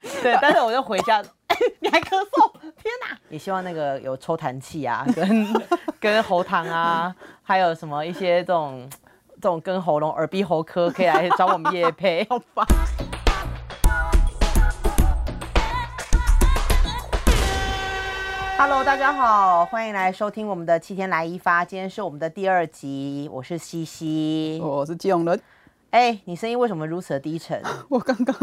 对，但是我就回家，哎， 你还咳嗽，天哪！也希望那个有抽痰器啊， 跟跟喉糖啊，还有什么一些这种这种跟喉咙、耳鼻喉科可以来找我们叶配，好吧？Hello，大家好，欢迎来收听我们的七天来一发，今天是我们的第二集，我是西西。哦我是基隆人，哎、你声音为什么如此的低沉？我刚刚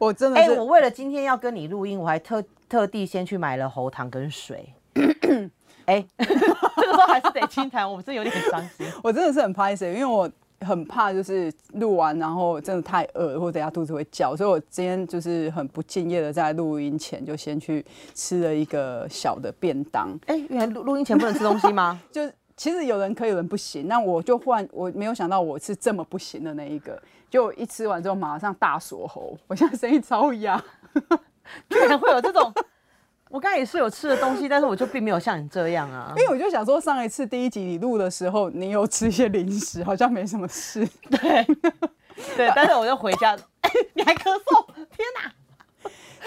我真的哎、是，我为了今天要跟你录音，我还特特地先去买了喉糖跟水。哎、 这个时候还是得清谈，我们真的有点伤心。我真的是很怕谁，因为我很怕就是录完然后真的太饿，或者等下肚子会叫，所以我今天就是很不敬业的在录音前就先去吃了一个小的便当，哎、原来录录音前不能吃东西吗？就其实有人可以，有人不行，那我就换，我没有想到我是这么不行的那一个，就一吃完之后马上大锁喉，我现在声音超哑，居然会有这种，我刚才也是有吃的东西，但是我就并没有像你这样啊因。为我就想说上一次第一集你录的时候，你有吃一些零食，好像没什么事。对，对，但是我就回家， 哎、你还咳嗽，天哪！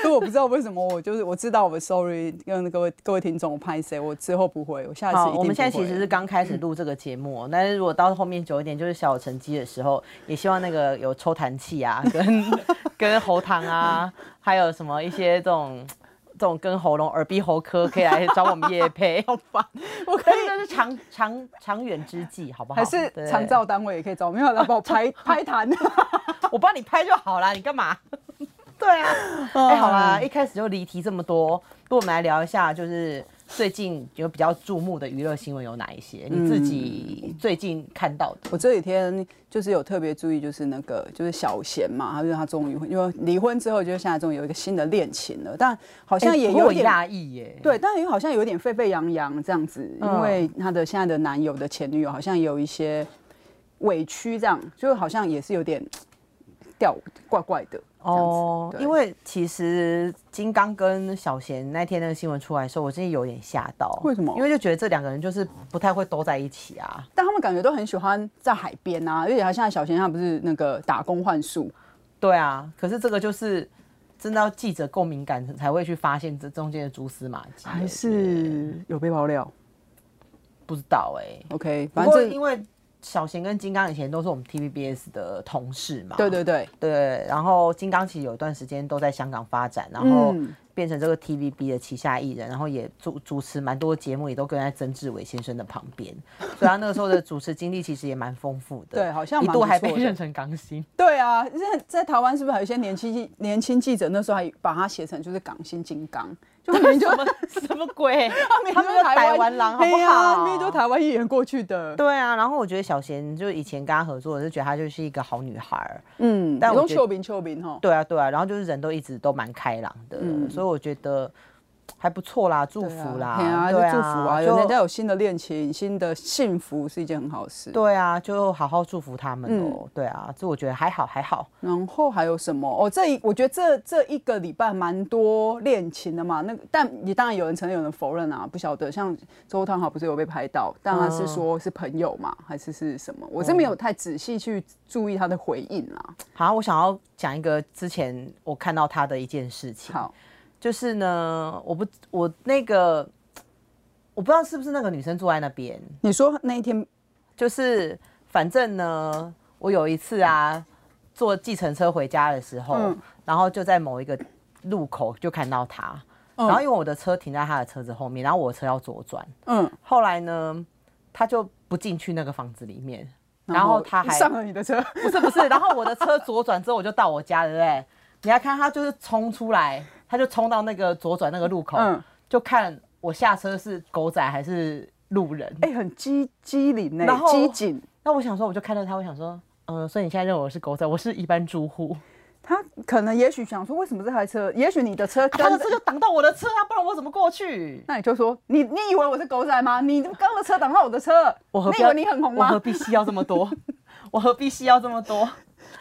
所以我不知道为什么，我就是我知道我 sorry 跟各位各位听众我拍谁，我之后不会，我下次一定好，不会。我们现在其实是刚开始录这个节目，但是如果到后面久一点，就是小有成绩的时候，也希望那个有抽痰器 啊，跟跟喉糖啊，还有什么一些这种这种跟喉咙、耳鼻喉科可以来找我们叶配，好吧？我可 但是以。这是长长长远之计，好不好？还是对长照单位也可以找，没有来帮我 拍拍弹。我帮你拍就好啦，你干嘛？ 对 啊，哎、好啦，一开始就离题这么多，不如我们来聊一下，就是最近有比较注目的娱乐新闻有哪一些？你自己嗯最近看到的？ 我这几天就是有特别注意，就是那个就是小贤嘛，他就是他终于因为离婚之后，就是现在终于有一个新的恋情了，但好像也哎不过有我点、讶异耶。对，但又好像有点沸沸扬扬这样子，嗯因为她的现在的男友的前女友好像有一些委屈，这样就好像也是有点掉怪怪的这样哦子。对因为其实金刚跟小贤那天那个新闻出来的时候，我真的有点吓到。为什么因为就觉得这两个人就是不太会都在一起啊。但他们感觉都很喜欢在海边啊，而且他现在小贤他不是那个打工换宿，对啊，可是这个就是真的要记者够敏感才会去发现这中间的蛛丝马迹，还是有被爆料不知道哎、 ？OK，不欸反过正因为小贤跟金刚以前都是我们 TVBS 的同事嘛，对对对，对，然后金刚其实有一段时间都在香港发展，然后嗯变成这个 TVB 的旗下艺人，然后也主主持蛮多节目，也都跟在曾志伟先生的旁边，所 以他那个时候的主持经历其实也蛮丰富的。对好像一蛮度不还被错的认成港星， 对啊，在在台湾是不是还有一些年轻记年轻记者那时候还把他写成就是港星金刚，就明明就什么什么鬼？他们就都台湾狼好不嘿啊好？明明就台湾艺人过去的，对啊，然后我觉得小贤就以前跟他合作，我就觉得她就是一个好女孩儿，嗯，但但我用觉得秋饼秋饼哈，对啊，对啊，然后就是人都一直都蛮开朗的，所以我觉得还不错啦，祝福啦，嗯对啊，就对祝福啊，有人家有新的恋情，新的幸福是一件很好的事。对啊，就好好祝福他们哦。嗯对啊，这我觉得还好还好。然后还有什么？哦，这一我觉得这这一个礼拜蛮多恋情的嘛。那个，但也当然有人承认，有人否认啊，不晓得。像周汤豪不是有被拍到，但他是嗯说是朋友嘛，还是是什么？我是没有太仔细去注意他的回应啦。好，我想要讲一个之前我看到他的一件事情，好，就是呢，我不我那个我不知道是不是那个女生住在那边，你说那一天，就是反正呢，我有一次啊，坐计程车回家的时候，嗯然后就在某一个路口就看到他，然后因为我的车停在他的车子后面，然后我的车要左转，嗯，后来呢，他就不进去那个房子里面，然后他还上了你的车，不 是不是，然后我的车左转之后我就到我家了，对不对？你要看他就是冲出来，他就冲到那个左转那个路口，嗯就看我下车是狗仔还是路人， 哎、很机机灵呢然，后机警。那我想说，我就看到他，我想说，嗯、所以你现在认为我是狗仔，我是一般住户。他可能也许想说，为什么这台车？也许你的车他的跟着车就挡到我的车啊，不然我怎么过去？那你就说，你你以为我是狗仔吗？你刚刚的车挡到我的车，我何你必以要为你很红我何吗？必需要这么多？ 我何必需要这么多？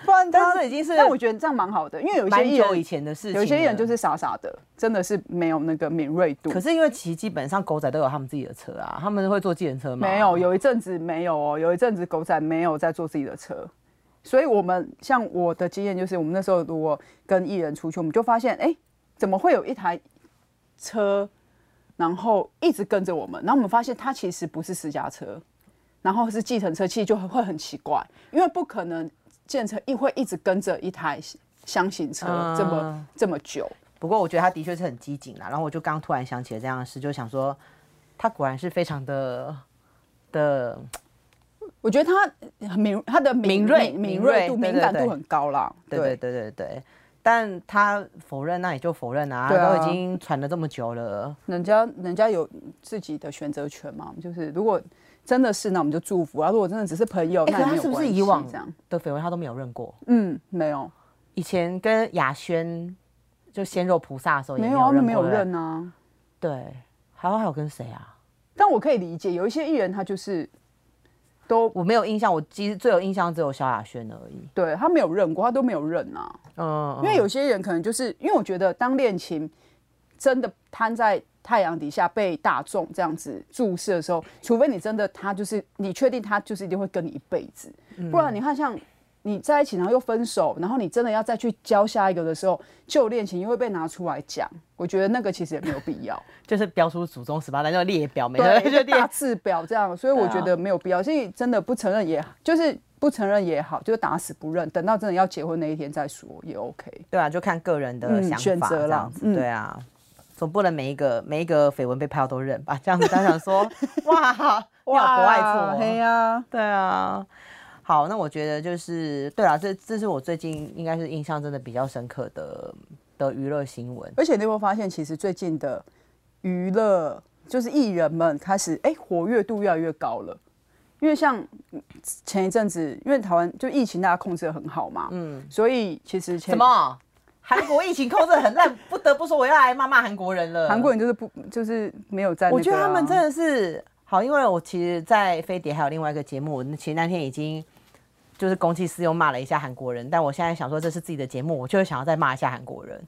不然但他是这已经是但我觉得这样蛮好的，因为有一些蛮艺久以人，前的事情了，有一些艺人就是傻傻的，真的是没有那个敏锐度可。是因为其实基本上狗仔都有他们自己的车啊，他们会坐计程车吗？没有，有一阵子没有哦，有一阵子狗仔没有在坐自己的车，所以我们像我的经验就是，我们那时候如果跟艺人出去，我们就发现，哎、怎么会有一台车，然后一直跟着我们？然后我们发现它其实不是私家车，然后是计程车，其实就会很奇怪，因为不可能计程车一会一直跟着一台箱型车嗯这么、这么久。不过我觉得他的确是很机警啦。然后我就刚突然想起了这样的事，就想说他果然是非常的的，我觉得他很敏，他的敏锐敏敏锐锐度、对对敏感对度很高啦。对对对对对。但他否认，那也就否认啊，对啊都已经传了这么久了。人家人家有自己的选择权嘛，就是如果真的是，那我们就祝福啊。如果真的只是朋友，哎、那可是他也没有是不是关系以往这样？的绯闻他都没有认过？嗯，没有，以前跟雅轩就鲜肉菩萨的时候也没没有，他有们认没有过对不对认啊。对，还有还有跟谁啊？但我可以理解，有一些艺人他就是都我没有印象，我其实最有印象只有萧亚轩而已。对他没有认过，他都没有认啊。嗯，因为有些人可能就是因为我觉得，当恋情真的摊在太阳底下被大众这样子注视的时候，除非你真的他就是你确定他就是一定会跟你一辈子，不然你看像你在一起，然后又分手，然后你真的要再去交下一个的时候，旧恋情又会被拿出来讲。我觉得那个其实也没有必 要，就是标出祖宗十八代，那个列表，每个对，一啊就个列大字表这样，所以我觉得没有必要。所以真的不承认也就是不承认也好，就是打死不认，等到真的要结婚那一天再说也 OK。对啊，就看个人的嗯想选法择这啦样子，嗯对啊，总不能每一个每一个绯闻被拍到都认吧？这样子大家想 说，哇，你好不爱错，嘿呀、对啊。好，那我觉得就是对啊啦，这这是我最近应该是印象真的比较深刻的的娱乐新闻。而且你会发现，其实最近的娱乐就是艺人们开始哎、活跃度越来越高了，因为像嗯前一阵子，因为台湾就疫情大家控制的很好嘛，嗯，所以其实前什么？韩国疫情控制得很烂，不得不说我要来骂骂韩国人了。韩国人就是不就是没有在、那我觉得个啊他们真的是好，因为我其实，在飞碟还有另外一个节目，我其实那天已经就是公器私用骂了一下韩国人，但我现在想说这是自己的节目，我就想要再骂一下韩国人。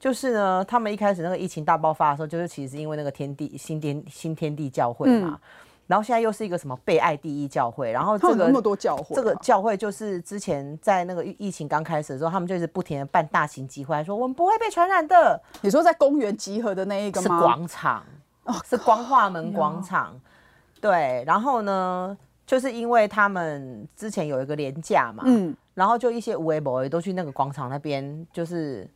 就是呢，他们一开始那个疫情大爆发的时候，就是其实是因为那个天地新天新天地教会嘛，然后现在又是一个什么被爱第一教会，然后嗯他这们有个那么多教会啊、这个教会就是之前在那个疫疫情刚开始的时候，他们就是不停的办大型集会，还说我们不会被传染的，你说在公园集合的那一个是吗？哦广场，是光化门广场。对，然后呢，就是因为他们之前有一个廉价嘛，嗯，然后就一些无为 boy 都去那个广场那边，就是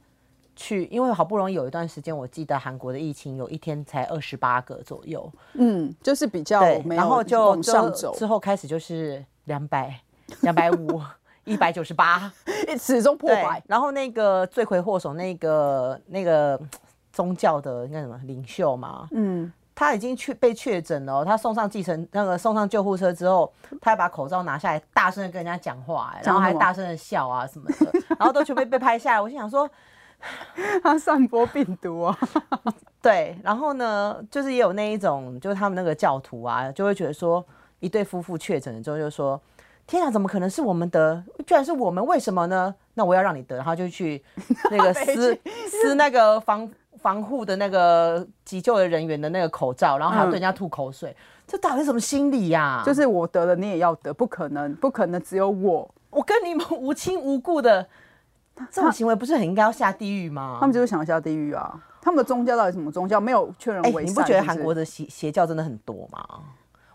去，因为好不容易有一段时间，我记得韩国的疫情有一天才二十八个左右，嗯，就是比较对，没有然后就往之上后走，之后开始就是两百、两百 五、一百九十八，始终破对百，。然后那个罪魁祸首那个那个宗教的应该什么领袖嘛，嗯，他已经去被确诊了哦、他送上计程那个送上救护车之后，他还把口罩拿下来，大声的跟人家讲话、哎然后讲什还么大声的笑啊什么的，然后都全被被拍下来。我心想说， 他散播病毒啊，对，然后呢，就是也有那一种，就是他们那个教徒啊，就会觉得说，一对夫妇确诊了之后就说。天啊，怎么可能是我们得？居然是我们，为什么呢？那我要让你得，然后就 去那个撕撕那个防防护的那个急救的人员的那个口罩，然后还要对人家吐口水，这到底是什么心理呀、嗯就是我得了你也要得，不可能，不可能只有我我跟你们无亲无故的这种行为，不是很应该要下地狱吗？他们就是想要下地狱啊！他们的宗教到底什么宗教？没有劝人哎、为善、你不觉得是是韩国的邪邪教真的很多吗？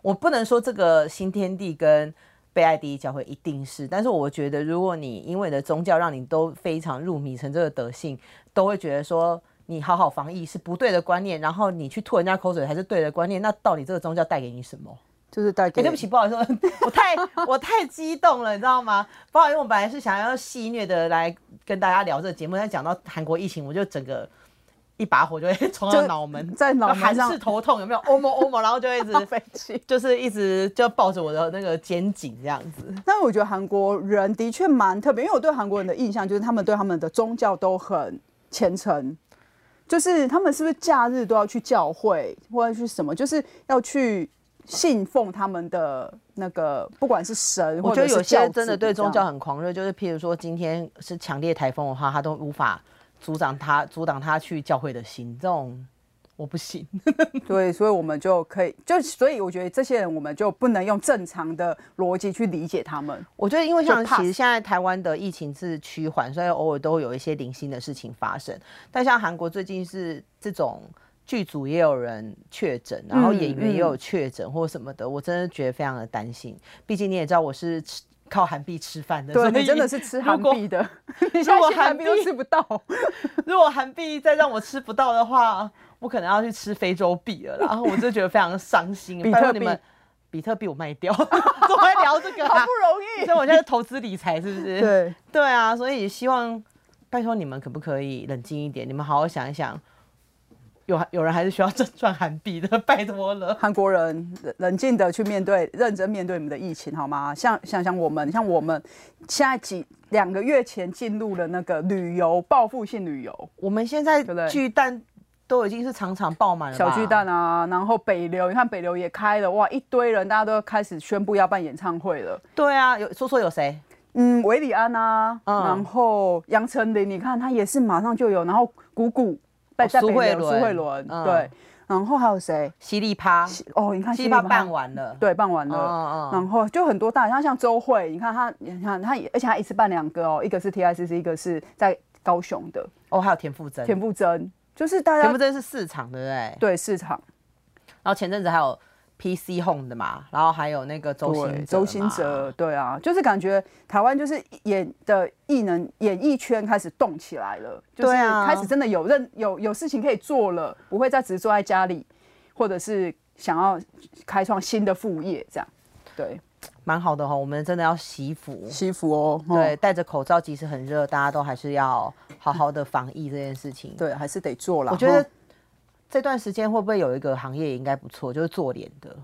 我不能说这个新天地跟被爱第一教会一定是，但是我觉得如果你因为你的宗教让你都非常入迷成这个德性，都会觉得说你好好防疫是不对的观念，然后你去吐人家口水才是对的观念，那到底这个宗教带给你什么？就是带哎、给、对不起，不好意思，我 我太我太激动了，你知道吗？不好意思，我本来是想要戏谑的来跟大家聊这个节目，但讲到韩国疫情，我就整个一把火就会 冲就到脑门，在脑门然后上韩式头痛，有没有？欧某欧某，然后就会 一直飞机。就是一直就抱着我的那个肩颈这样子。但我觉得韩国人的确蛮特别，因为我对韩国人的印象就是他们对他们的宗教都很虔诚，就是他们是不是假日都要去教会或者去什么，就是要去信奉他们的那个，不管是神我或觉者得是有教些子真的对宗这教样。很狂热，就是譬如说今天是强烈台风的话，他都无法阻挡他阻挡他去教会的心，这种我不行。对，所以我们就可以，就所以我觉得这些人我们就不能用正常的逻辑去理解他们。我觉得，因为像就 pass 其实现在台湾的疫情是趋缓，所以偶尔都会有一些零星的事情发生。但像韩国最近是这种剧组也有人确诊，然嗯后演员也有确诊或什么的，我真的觉得非常的担心。毕竟你也知道我是吃靠韩币吃饭的，对啊所你以真的是吃如韩果币的， 你现在果去韩韩币都币吃不到。如果韩币再让我吃不到的话，我可能要去吃非洲币了啦。然后我就觉得非常伤 心。比拜特币托你们，比特币我卖掉， 怎么会聊这个、好啊 不？容易。所以我现在投资理财是不是？ 对，对啊，所以希望拜托你们可不可以冷静一点？你们好好想一想，有有人还是需要赚赚韩币的， 拜托了。韩国人冷冷静的去面对，认真面对你们的疫情，好吗？像像像我们，像我们现在几两个月前进入了那个旅游报复性旅游，我们现在对不对巨蛋都已经是场场爆满了，小巨蛋。啊，然后北流，你看北流也开了，哇，一堆人，大家都开始宣布要办演唱会了。对啊，有说说有谁？嗯，韦礼安啊，嗯然后杨丞琳，你看他也是马上就有，然后谷谷在在哦苏北慧流，伦苏慧伦，嗯对，然后还有谁？犀利趴，哦，你看犀犀利利趴马办完了。对，办完了，嗯嗯然后就很多大，像像周慧，你看他，你看他也，而且他一次办两个哦，一个是 TICC，一个是在高雄的哦，还有田馥甄，田馥甄，就是大全家部真的是市场，对不对？对市场然后前阵子还有 PC Home 的嘛，然后还有那个周对星周兴哲，，对啊，就是感觉台湾就是演的艺能演艺圈开始动起来了，就是对啊开始真的有认有有事情可以做了，不会再只是坐在家里，或者是想要开创新的副业这样，对，蛮好的哈、我们真的要惜福。西服哦，对，戴着口罩，即使很热，大家都还是要好好的防疫这件事情。对，还是得做啦。我觉得哈这段时间会不会有一个行业也应该不错，就是做脸的，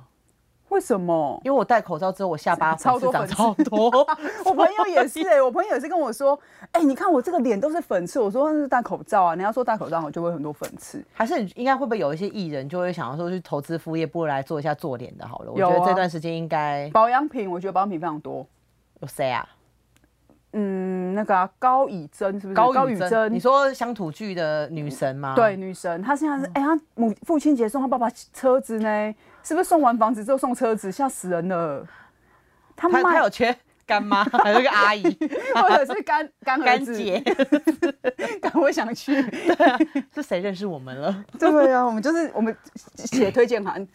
为什么？因为我戴口罩之后，我下巴 超多粉粉刺刺长超多。 我朋友也是、欸，我朋友也是跟我说，哎、你看我这个脸都是粉刺。我说那是戴口罩啊，你要说戴口罩，我就会很多粉刺。还是你应该会不会有一些艺人就会想要说去投资副业，不如来做一下做脸的好了。我觉有得啊这段时间应该保养品，我觉得保养品非常多。有谁啊？嗯，那个、啊、高以真啊是不是？雨宇珍，你说乡土剧的女神吗？对，女神，她现在是哎、她母父亲节送她爸爸车子呢，是不是送完房子之后送车子，吓死人了。他她她卖有缺干妈，还有一个阿姨 或者是干 干儿干子，姐， 干我想去。 是谁认识我们了？对啊，我们就是我们写推荐函，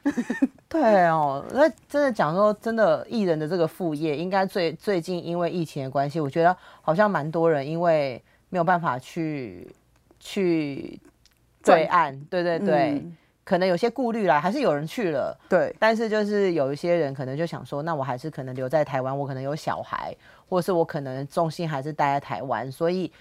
对哦，那真的讲说，真的艺人的这个副业，应该最最近因为疫情的关系，我觉得好像蛮多人因为没有办法去去赚对岸，对对对，嗯可能有些顾虑啦，还是有人去了。对，但是就是有一些人可能就想说，那我还是可能留在台湾，我可能有小孩，或者是我可能重心还是待在台湾，所以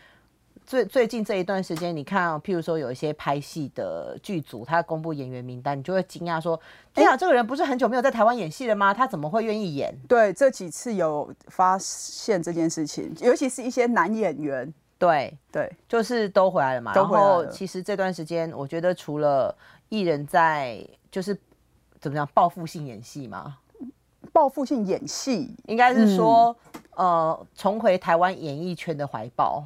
最最近这一段时间，你看哦、譬如说有一些拍戏的剧组，他公布演员名单，你就会惊讶说，哎呀，这个人不是很久没有在台湾演戏了吗？他怎么会愿意演？对，这几次有发现这件事情，尤其是一些男演员，对，对就是都回来了嘛。都然回来后了其实这段时间，我觉得除了艺人在就是怎么样报复性演戏嘛，报复性演戏，应该是说、呃重回台湾演艺圈的怀抱。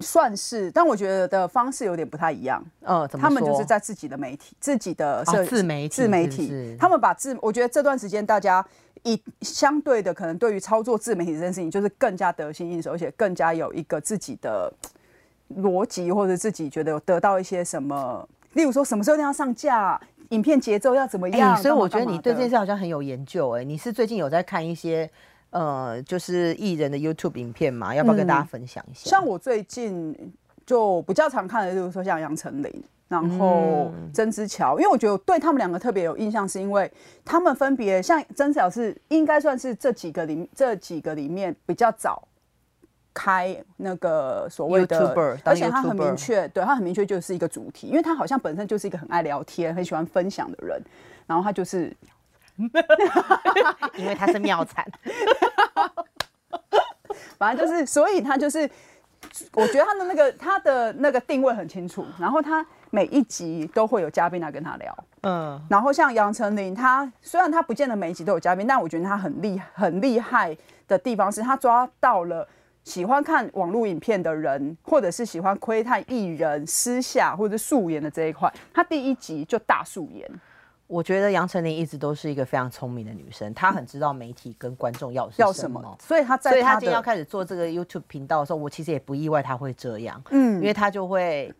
算是，但我觉得方式有点不太一样。嗯，怎么他们就说是在自己的媒体、自己的社、哦自媒体自媒是体，不是他们把自，我觉得这段时间大家一相对的，可能对于操作自媒体这件事情，就是更加得心应手，而且更加有一个自己的嘖逻辑，或者自己觉得有得到一些什么，例如说什么时候一定要上架，影片节奏要怎么哎、样。所以干嘛我觉得干嘛你对这的件事好像很有研究哎、你是最近有在看一些呃，就是艺人的 YouTube 影片嘛？要不要跟大家分享一下？像我最近就比较常看的，就是说像杨丞琳，然后嗯曾之乔，因为我觉得我对他们两个特别有印象，是因为他们分别像曾之乔是应该算是这几个里这几个里面比较早。开那个所谓的 YouTuber，当而且他很 YouTuber 明确，对他很明确就是一个主题，因为他好像本身就是一个很爱聊天、很喜欢分享的人，然后他就是 因为他是妙产，反正就是，所以他就是，我觉得他的那个他的那个定位很清楚，然后他每一集都会有嘉宾来跟他聊。 嗯，然后像杨丞琳，她虽然她不见得每一集都有嘉宾，但我觉得她很厉很厉害的地方是，她抓到了喜欢看网络影片的人，或者是喜欢窥探艺人私下或者素颜的这一块，她第一集就大素颜。我觉得杨丞琳一直都是一个非常聪明的女生，她很知道媒体跟观众要要什什么么，。所以她所在以她她今天要的开始做这个 YouTube 频道的时候，我其实也不意外她会这样，因嗯为她就会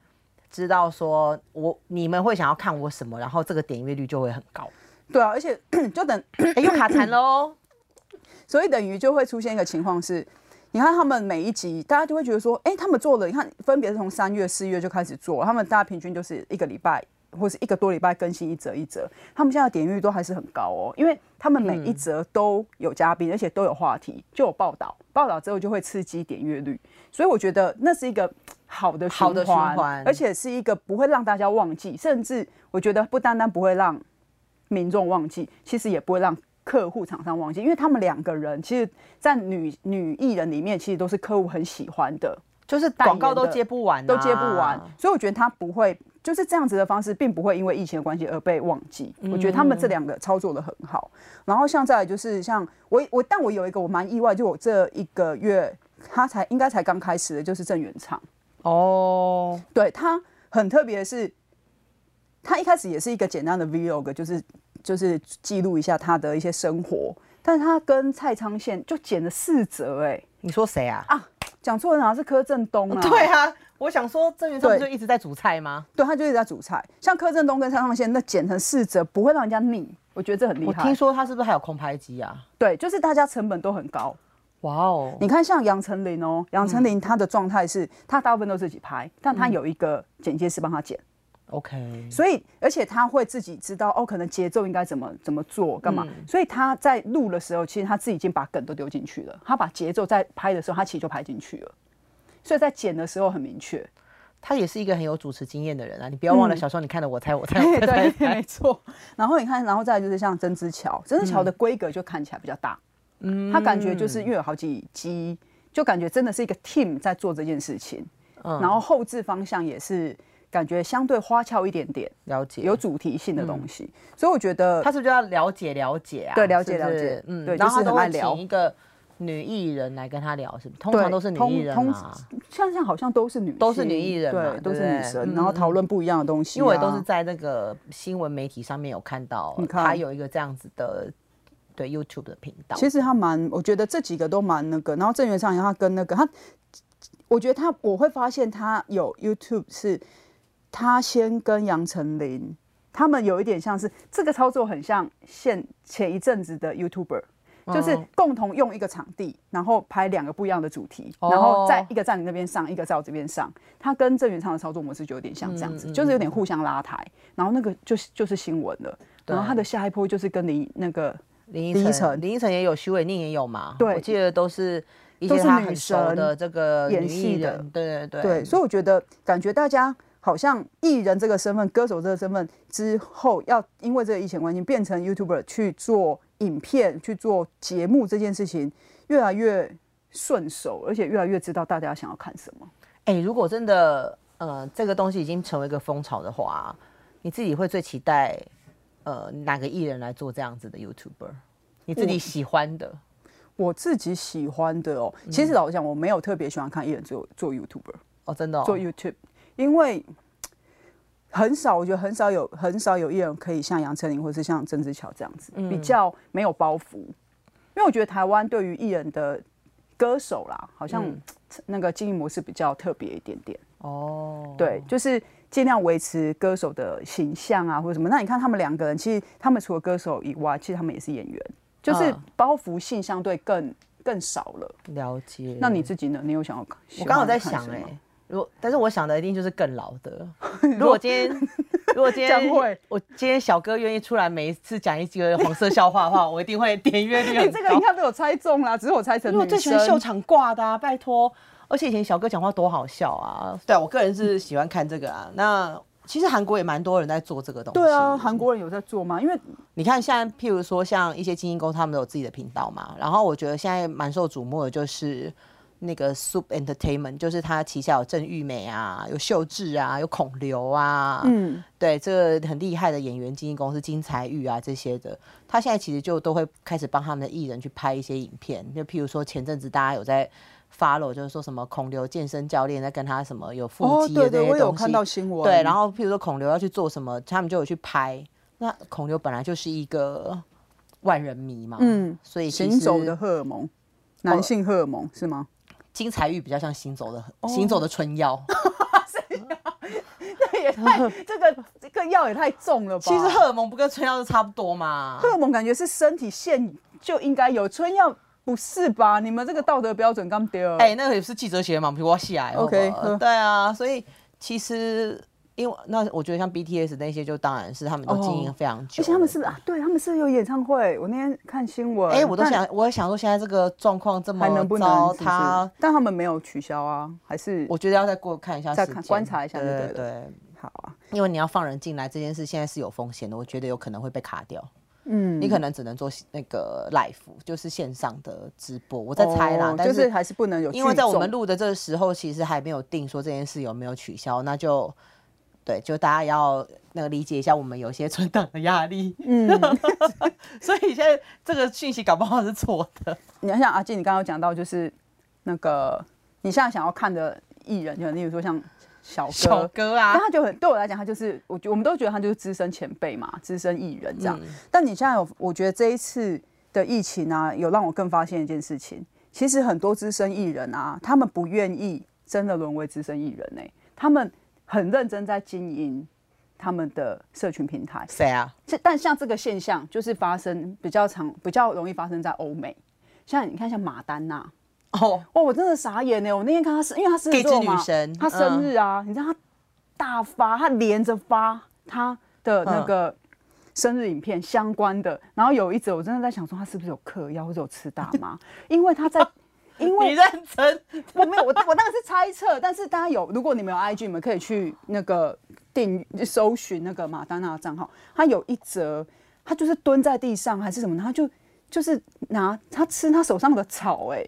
知道说我你们会想要看我什么，然后这个点阅率就会很 高。对啊，而且 就等哎，又卡痰喽！ 所以等于就会出现一个情况是，你看他们每一集，大家就会觉得说，哎、他们做了，你看分别是从三月、四月就开始做，他们大家平均就是一个礼拜或是一个多礼拜更新一则一则，他们现在的点阅率都还是很高哦，因为他们每一则都有嘉宾，而且都有话题，就有报道，报道之后就会刺激点阅率，所以我觉得那是一个。好的好的循环环而且是一个不会让大家忘记，甚至我觉得不单单不会让民众忘记，其实也不会让客户厂商忘记，因为他们两个人其实，在女女艺人里面，其实都是客户很喜欢的，就是代广言告都的接不完、啊都接不完，。所以我觉得他不会就是这样子的方式，并不会因为疫情的关系而被忘记。我觉得他们这两个操作的很好。然后像再来就是像我我，但我有一个我蛮意外，就我这一个月他才应该才刚开始的，就是郑元畅。哦，对他很特别的是，他一开始也是一个简单的 vlog，就是就是记录一下他的一些生活，但是他跟蔡昌宪就剪了四折、你说谁啊？哎啊，讲错人好像是柯震东啊， 对啊，我想说郑元畅不对就一直在煮菜吗？对，他就一直在煮菜，像柯震东跟蔡昌宪那剪成四折不会让人家腻，我觉得这很厉我害。听说他是不是还有空拍机啊？对，就是大家成本都很高。哇哦，你看，像杨丞琳哦，杨丞嗯琳她的状态是，她大部分都自己拍，但她有一个剪接师帮她剪。 OK，所以，而且他会自己知道哦，可能节奏应该怎么怎么做，干嘛？所以他在录的时候，其实他自己已经把梗都丢进去了，他把节奏在拍的时候，他其实就拍进去了。所以在剪的时候很明 确，他也是一个很有主持经验的人啊！你不要忘了小时候你看的《我猜我猜我猜猜 对，猜 没错。然后你看，然后再来就是像曾之乔，曾之乔的规格就看起来比较大，嗯，他感觉就是因为有好几集，就感觉真的是一个 team 在做这件事情，嗯，然后后置方向也是感觉相对花俏一点点，了解有主题性的东西，所以我觉得他是不是就要了解了解啊？对了解是不是了解嗯，对然后他就是都很爱会聊请一个女艺人来跟他聊，是不是？通对常都是女艺人通啊，像像好像都是女性，都是女艺人嘛对对，不都是对女嗯生，然后讨论不一样的东西啊，因为我都是在那个新闻媒体上面有看到，你看他有一个这样子的对 YouTube 的频道。其实他蛮，我觉得这几个都蛮那个。然后郑元畅，他跟那个他，我觉得他我会发现他有 YouTube 是，他先跟杨丞琳，他们有一点像是这个操作很像现前一阵子的 YouTuber。就是共同用一个场地，然后拍两个不一样的主题，哦然后在一个在你那边上，一个在我这边上。他跟郑元畅的操作模式就有点像这样子，就是有点互相拉抬。然后那个就是就是新闻了，然后他的下一波就是跟你那个林依林依晨，晨林依晨也有，徐伟宁也有嘛？对我记得都是一都些是他女很熟的神这个演女戏艺的人，对对对，所以我觉得感觉大家好像艺人这个身份、歌手这个身份之后，要因为这个疫情关系变成 YouTuber 去做影片、去做节目这件事情，越来越顺手，而且越来越知道大家想要看什么。哎、如果真的，呃，这个东西已经成为一个风潮的话，你自己会最期待，呃，哪个艺人来做这样子的 YouTuber？你自己喜欢的，我自己喜欢的哦，其实老实讲，我没有特别喜欢看艺人做做 YouTuber。哦，真的、哦，做 YouTube，因为很少，我觉得很少有很少有艺人可以像杨丞琳或是像郑智乔这样子，嗯比较没有包袱。因为我觉得台湾对于艺人的歌手啦，好像嗯那个经营模式比较特别一点点。哦，对，就是尽量维持歌手的形象啊，或者什么。那你看他们两个人，其实他们除了歌手以外，其实他们也是演员，就是嗯包袱性相对更更少了。了解。那你自己呢？你有想要看？嗯我刚好在想、喜欢看欸，什么哎，如果但是我想的一定就是更老 的。如果今天，如果今天将会我今天小哥愿意出来，每一次讲一个黄色笑话的话，我一定会点阅率很 你高。这个应该被我猜中啦，只是我猜成因为我女最喜欢秀生。场挂的啊，拜托。而且以前小哥讲话多好笑啊！对啊我个人是喜欢看这个啊。那其实韩国也蛮多人在做这个东西。对啊，韩国人有在做吗？因为你看现在，譬如说像一些精英公司，他们都有自己的频道嘛。然后我觉得现在蛮受瞩目的就是那个 Soup Entertainment，就是它旗下有郑玉美啊，有秀智啊，有孔刘啊，嗯，对，这个很厉害的演员经纪公司金财玉啊这些的，他现在其实就都会开始帮他们的艺人去拍一些影片，就譬如说前阵子大家有在 follow，就是说什么孔刘健身教练在跟他什么有腹哦，肌的对这对，我些有东西，看到新闻。对，然后譬如说孔刘要去做什么，他们就有去拍。那孔刘本来就是一个万人迷嘛，嗯，所以其行走的实荷尔蒙，男性荷尔蒙是吗？金财玉比较像行走的、行走的春药。这 也太这个这个药也太重了吧？其实荷尔蒙不跟春药是差不多 嘛荷。尔蒙感觉是身体现就应该有，春药不是吧？你们这个道德标准刚丢。哎、那个也是记者写的嘛，我们我写来哦 OK，好不好嗯对啊，所以其实因为那我觉得像 BTS 那些，就当然是他们都经营哦非常久而了，且他们是不是啊，对他们是不是有演唱会。我那天看新闻，哎、我都但想，我也想说，现在这个状况这么还能不糟能是不是他但他们没有取消啊，还是我觉得要再过看一下时再间，看观察一下就对对了对，好啊，因为你要放人进来这件事，现在是有风险的，我觉得有可能会被卡掉，嗯，你可能只能做那个 live，就是线上的直播，我在猜啦，哦但就是还是不能有聚众，因为在我们录的这个时候，其实还没有定说这件事有没有取消，那就对，就大家要那个理解一下我们有一些存档的压力，嗯， 所以现在这个讯息搞不好是错的。你要像阿静，你刚刚有讲到就是那个你现在想要看的艺人，就例如说像小哥，小哥啊但，他就很对我来讲，他就是我觉我们都觉得他就是资深前辈嘛，资深艺人这样。嗯但你现在有，我觉得这一次的疫情啊，有让我更发现一件事情，其实很多资深艺人啊，他们不愿意真的沦为资深艺人呢、他们很认真在经营他们的社群平台。谁啊？这但像这个现象，就是发生比较常、比较容易发生在欧美。像你看，像马丹娜，哦， 哦，我真的傻眼呢！我那天看她是，因为她狮子 Gay 之座嘛女神嗯她生日啊，你知道她大发，她连着发她的那嗯个生日影片相关的。然后有一则，我真的在想说，她是不是有嗑药或者有吃大麻？因为她在，因啊你为认真？我没有，我我当然是猜测，但是大家有，如果你们有 IG，你们可以去那个订搜寻那个马丹娜的账号，她有一则，她就是蹲在地上还是什么，然后就就是拿她吃她手上的草、哎。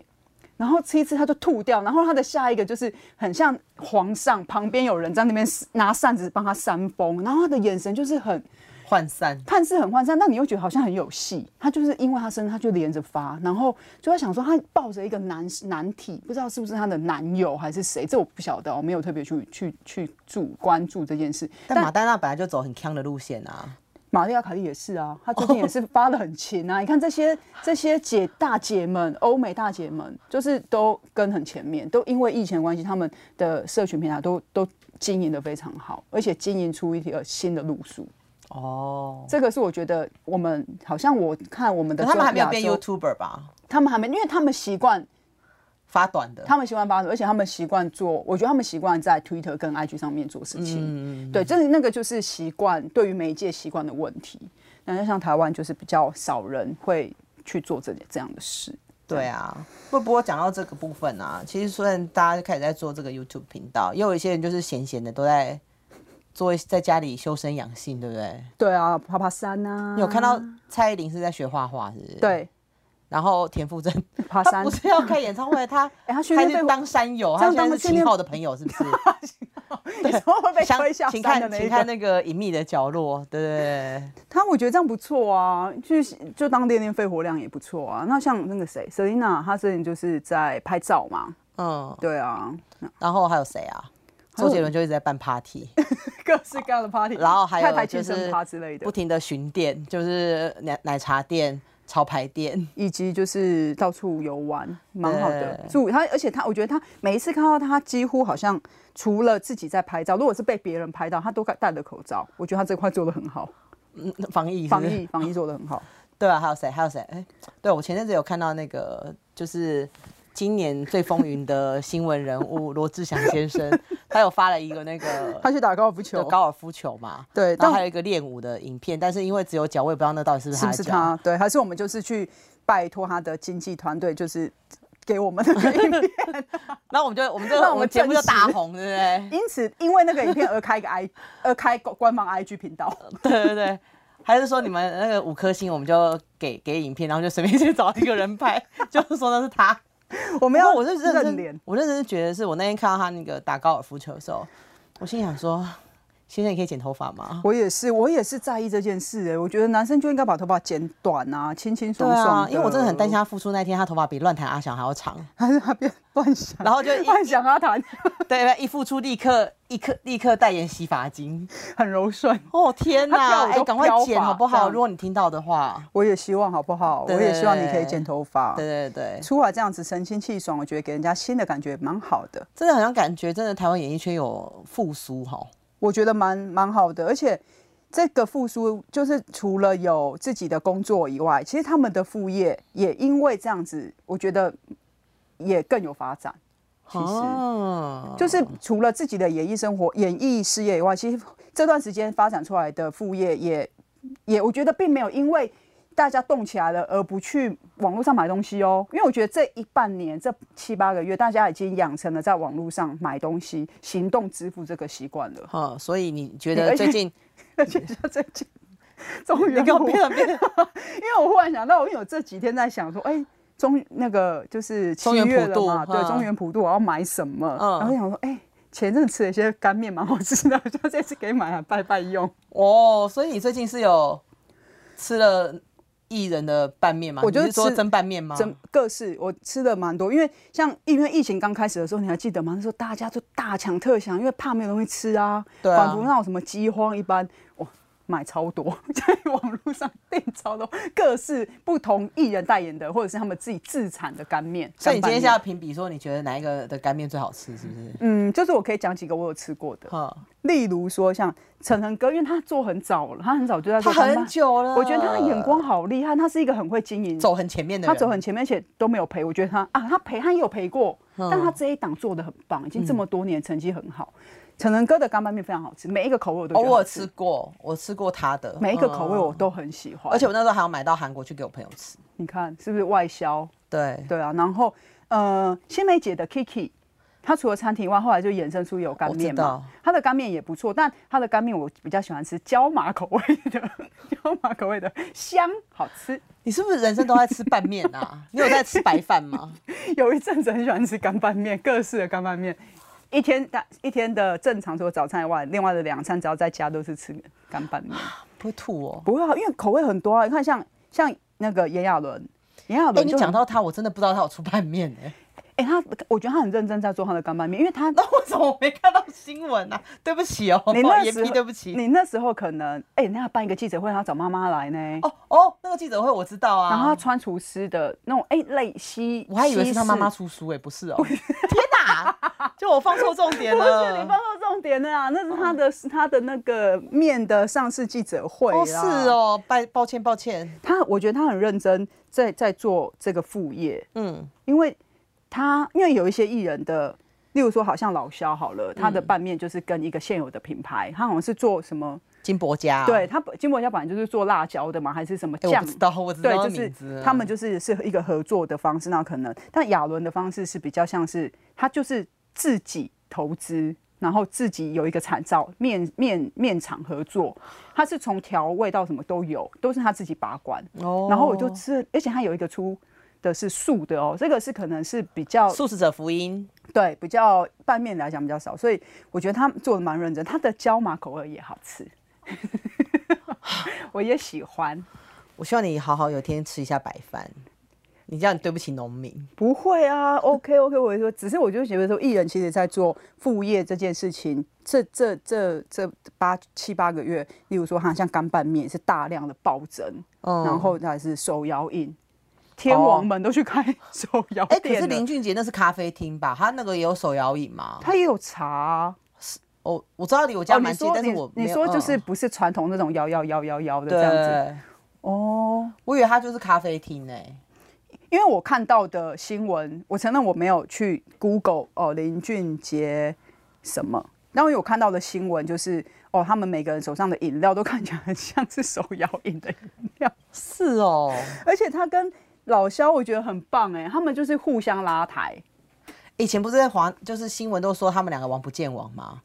然后吃一吃，他就吐掉。然后他的下一个就是很像皇上，旁边有人在那边拿扇子帮他扇风。然后他的眼神就是很涣散。看似很涣散，但你又觉得好像很有戏。他就是因为他生日，他就连着发，然后就在想说，他抱着一个男男体，不知道是不是她的男友还是谁，这我不晓得哦，我没有特别去去去注关注这件事。 但马丹娜本来就走很强的路线啊，玛丽亚凯莉也是啊，她最近也是发的很勤啊。你看这些这些姐大姐们，欧美大姐们，就是都跟很前面，都因为疫情的关系，他们的社群平台都都经营的非常好，而且经营出一条新的路数。哦，这个是我觉得我们好像我看我们的可他们还没有亚变洲 YouTuber 吧？他们还没，因为他们习惯，发短的，他们习惯发，而且他们习惯做，我觉得他们习惯在 Twitter 跟 IG 上面做事情。嗯，对，就是那个就是习惯，对于媒介习惯的问题。那像台湾就是比较少人会去做这这样的事。对啊。不不过讲到这个部分啊，其实虽然大家就开始在做这个 YouTube 频道，也有一些人就是闲闲的都在做一，在家里修身养性，对不对？对啊，爬爬山啊，你有看到蔡依林是在学画画，是不是？。对啊然后田馥甄，爬她山不，是要开演唱会， 她哎他训她练是费当山友，这她样现在当是训秦练昊的朋友，是不是？你说 会被想推下请山的看，那请一看个。那个隐秘的角落，对不对？他我觉得这样不错啊，就就当练练肺活量也不错啊。那像那个谁，Selina，她之前就是在拍照嘛，嗯，对啊，然后还有谁啊？周杰伦就一直在办 party， 各式各样的 party，然后还太有太就健身是趴之类的不，停的巡店，就是奶奶茶店、潮牌店，以及就是到处游玩，蛮好的。对住他，而且他，我觉得他每一次看到他，几乎好像除了自己在拍照，如果是被别人拍到，他都戴着口罩。我觉得他这块做的很 好，嗯，防疫是不防是疫防疫做的很好。对啊，还有谁？还有谁？哎，对我前阵子有看到那个，就是今年最风云的新闻人物罗志祥先生，他有发了一个那个 他去打高尔夫有球，高尔夫球嘛，对然但后还有一个练舞的影片，但是因为只有脚，我也不知道那到底是不是是他不的是脚。他？对，还是我们就是去拜托他的经纪团队，就是给我们 那个影片。然后我们就我 们就让我们我们节目就证实大红，对不对？因此，因为那个影片而开一个 I，而开官方 IG 频道。对 对对，还是说你们那个五颗星，我们就给给影片，然后就随便去找一个人拍， 就是说那是他。呃我们没要有，我是认认真，脸，我认真觉得是我那天看到他那个打高尔夫球的时候，我心想说，先生，你可以剪头发吗？我也是，我也是在意这件事哎、我觉得男生就应该把头发剪短啊，清清爽爽、因为我真的很担心，他复出那天，他头发比乱弹阿翔还要长。还是他别乱想，然后就一 乱想阿谈，对，一复出立刻一刻立刻代言洗发精。很柔顺。哦天他哪！跳舞哎，都赶快飘剪发好不这好？样如果你听到的话，我也希望好不好？对我也希望你可以剪头发，对对对，出来这样子神清气爽，我觉得给人家新的感觉蛮好的。真的好像感觉真的台湾演艺圈有复苏哈。我觉得蛮蛮好的，而且这个复苏就是除了有自己的工作以外，其实他们的副业也因为这样子，我觉得也更有发展。其实哦就是除了自己的演艺生活、演艺事业以外，其实这段时间发展出来的副业也也，我觉得并没有因为大家动起来了而不去网络上买东西哦。因为我觉得这一半年、这七八个月，大家已经养成了在网络上买东西、行动支付这个习惯了。嗯，所以你觉得而且最近 而且像最 近，终于你给我我变了变了，因为我忽然想到，因为我这几天在想说，哎、中那个就是七中原月普了嘛，渡对，嗯中原普渡我要买什么？嗯然后想说，哎、前阵子吃了一些干面， 蛮好吃的，好像这次可以买来拜拜用。哦，所以你最近是有吃了艺人的拌面吗？我就你是说吃蒸拌面吗？真各式我吃的蛮多，因为像因为疫情刚开始的时候，你还记得吗？那时候大家就大抢特抢，因为怕没有东西吃啊，对啊仿佛那种什么饥荒一般，哇，买超多， 在网络上订超多各式不同艺人代言的，或者是他们自己自产的干面。所以你今天是要干拌面评比说你觉得哪一个的干面最好吃，是不是？嗯，就是我可以讲几个我有吃过的，哈、例如说像陈恒哥，因为他做很早了，他很早就在他做干拌很，久了，我觉得他的眼光好厉害，他是一个很会经营走很前面的他人，走很前面，而且都没有赔。我觉得他啊，他赔他也有赔过，嗯但他这一档做的很棒，已经这么多年成绩很好。成人哥的干拌面非常好吃，每一个口味我都觉哦，得好我有吃嗯吃过，我吃过他的每一个口味嗯我都很喜欢。而且我那时候还要买到韩国去给我朋友吃。你看是不是外销？对，对啊，然后呃，新梅姐的 Kiki。她除了餐厅以外，后来就衍生出有干面我嘛知道。她的干面也不错，但她的干面我比较喜欢吃椒麻口味的， 椒麻口味的香，好吃。你是不是人生都在吃拌面啊？ 你有在吃白饭吗？有一阵子很喜欢吃干拌面，各式的干拌面。一天大一天的正常除了早餐以外，另外的两餐只要在家都是吃干拌面。不会吐 哦。不会啊，因为口味很多啊。你看像像那个炎亚纶，炎亚哎、纶你就讲很到他，我真的不知道他有出拌面哎、哎、他我觉得他很认真在做他的干拌面，因为 他那为什么我没看到新闻啊？对不起哦，你那严时批候对不起。你那时候可能哎、那要办一个记者会，他找妈妈来呢。哦哦，那个记者会我知道啊。然后他穿厨师的那种哎、类西，我还以为是他妈妈西式。出书哎、不是 哦。天哪，就我放错重点不是你了放。到重点了啊，那是他的、是他的那个面的上市记者会啦。哦，是哦，抱抱歉抱歉，他我觉得他很认真在在做这个副业，嗯，因为他因为有一些艺人的，例如说好像老肖好了，嗯他的拌面就是跟一个现有的品牌，他好像是做什么，金伯家、对，他本金伯家本来就是做辣椒的嘛，还是什么哎、我酱不。知道，我只知对，道就名是字啊了。他们就是是一个合作的方式，那可能，但亚伦的方式是比较像是他就是自己投资，然后自己有一个产造面面面厂合作，他是从调味到什么都有，都是他自己把关。哦然后我就吃了，而且它有一个出的是素的哦，这个是可能是比较素食者福音，对比较拌面来讲比较少，所以我觉得他做的蛮认真，他的椒麻口味也好吃， 我也喜欢。我希望你好好有天吃一下白饭，你这样对不起农民。不会啊，OK OK，我就说，只是我就觉得说，艺人其实在做副业这件事情，这这这这八七八个月，例如说，好像干拌面是大量的暴增，嗯哦然后还是手摇饮，天王们都去开 手摇哎、可店是了林俊杰那是咖啡厅吧？他那个也有手摇椅吗？他也有茶啊、哦，我知道离我哦，家你蛮近，说但是你我没你有说就是嗯不是传统那种摇摇摇摇摇的这样子对，哦？我以为他就是咖啡厅呢、因为我看到的新闻，我承认我没有去 Google 哦林俊杰什么，然后有看到的新闻就是哦，他们每个人手上的饮料都看起来很像是手摇饮的饮料，是哦，而且他跟老肖我觉得很棒哎，他们就是互相拉抬。 以前不是在华，就是新闻都说他们两个王不见王嘛，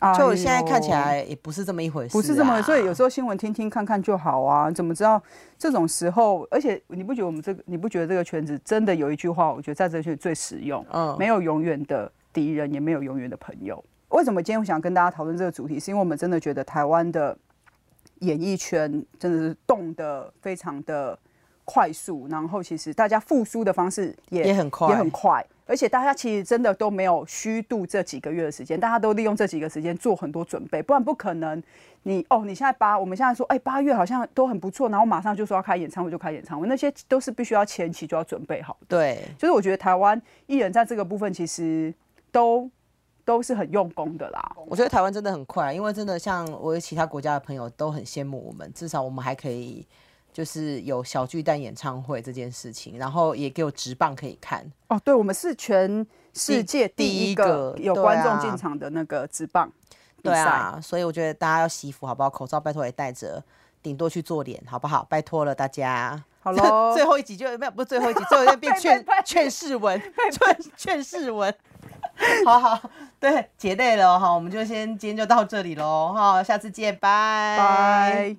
哎就呦现在看起来也不是这么一回事、啊不是这么，所以有时候候新闻听听看看就好啊。你怎么知道这种时候？而且你不觉得我们这个，你不觉得这个圈子真的有一句话，我觉得在这圈最实用，嗯没有永远的敌人，也没有永远的朋友。为什么今天我想跟大家讨论这个主题，是因为我们真的觉得台湾的演艺圈真的是动得非常的快速，然后其实大家复苏的方式也也很快也很快，而且大家其实真的都没有虚度这几个月的时间，大家都利用这几个时间做很多准备，不然不可能你哦，你现在八，我们现在说，哎，八月好像都很不错，然后马上就说要开演唱会就开演唱会，那些都是必须要前期就要准备好的。对，就是我觉得台湾艺人在这个部分其实都都是很用功的啦。我觉得台湾真的很快，因为真的像我有其他国家的朋友都很羡慕我们，至少我们还可以就是有小巨蛋演唱会这件事情，然后也给我直棒可以看。哦，对，我们是全世界第第第一一个个有对观啊众进场的那个直棒比对赛。啊，所以我觉得大家要惜福好不好？口罩拜托也戴着，顶多去做脸好不好？拜托了大家。好喽 最，后一集就没有，不是最后一集，最后一集 变劝拜拜拜劝世文， 劝劝世文。 好好，对，解累了哈，我们就先今天就到这里喽哈，下次见，拜拜。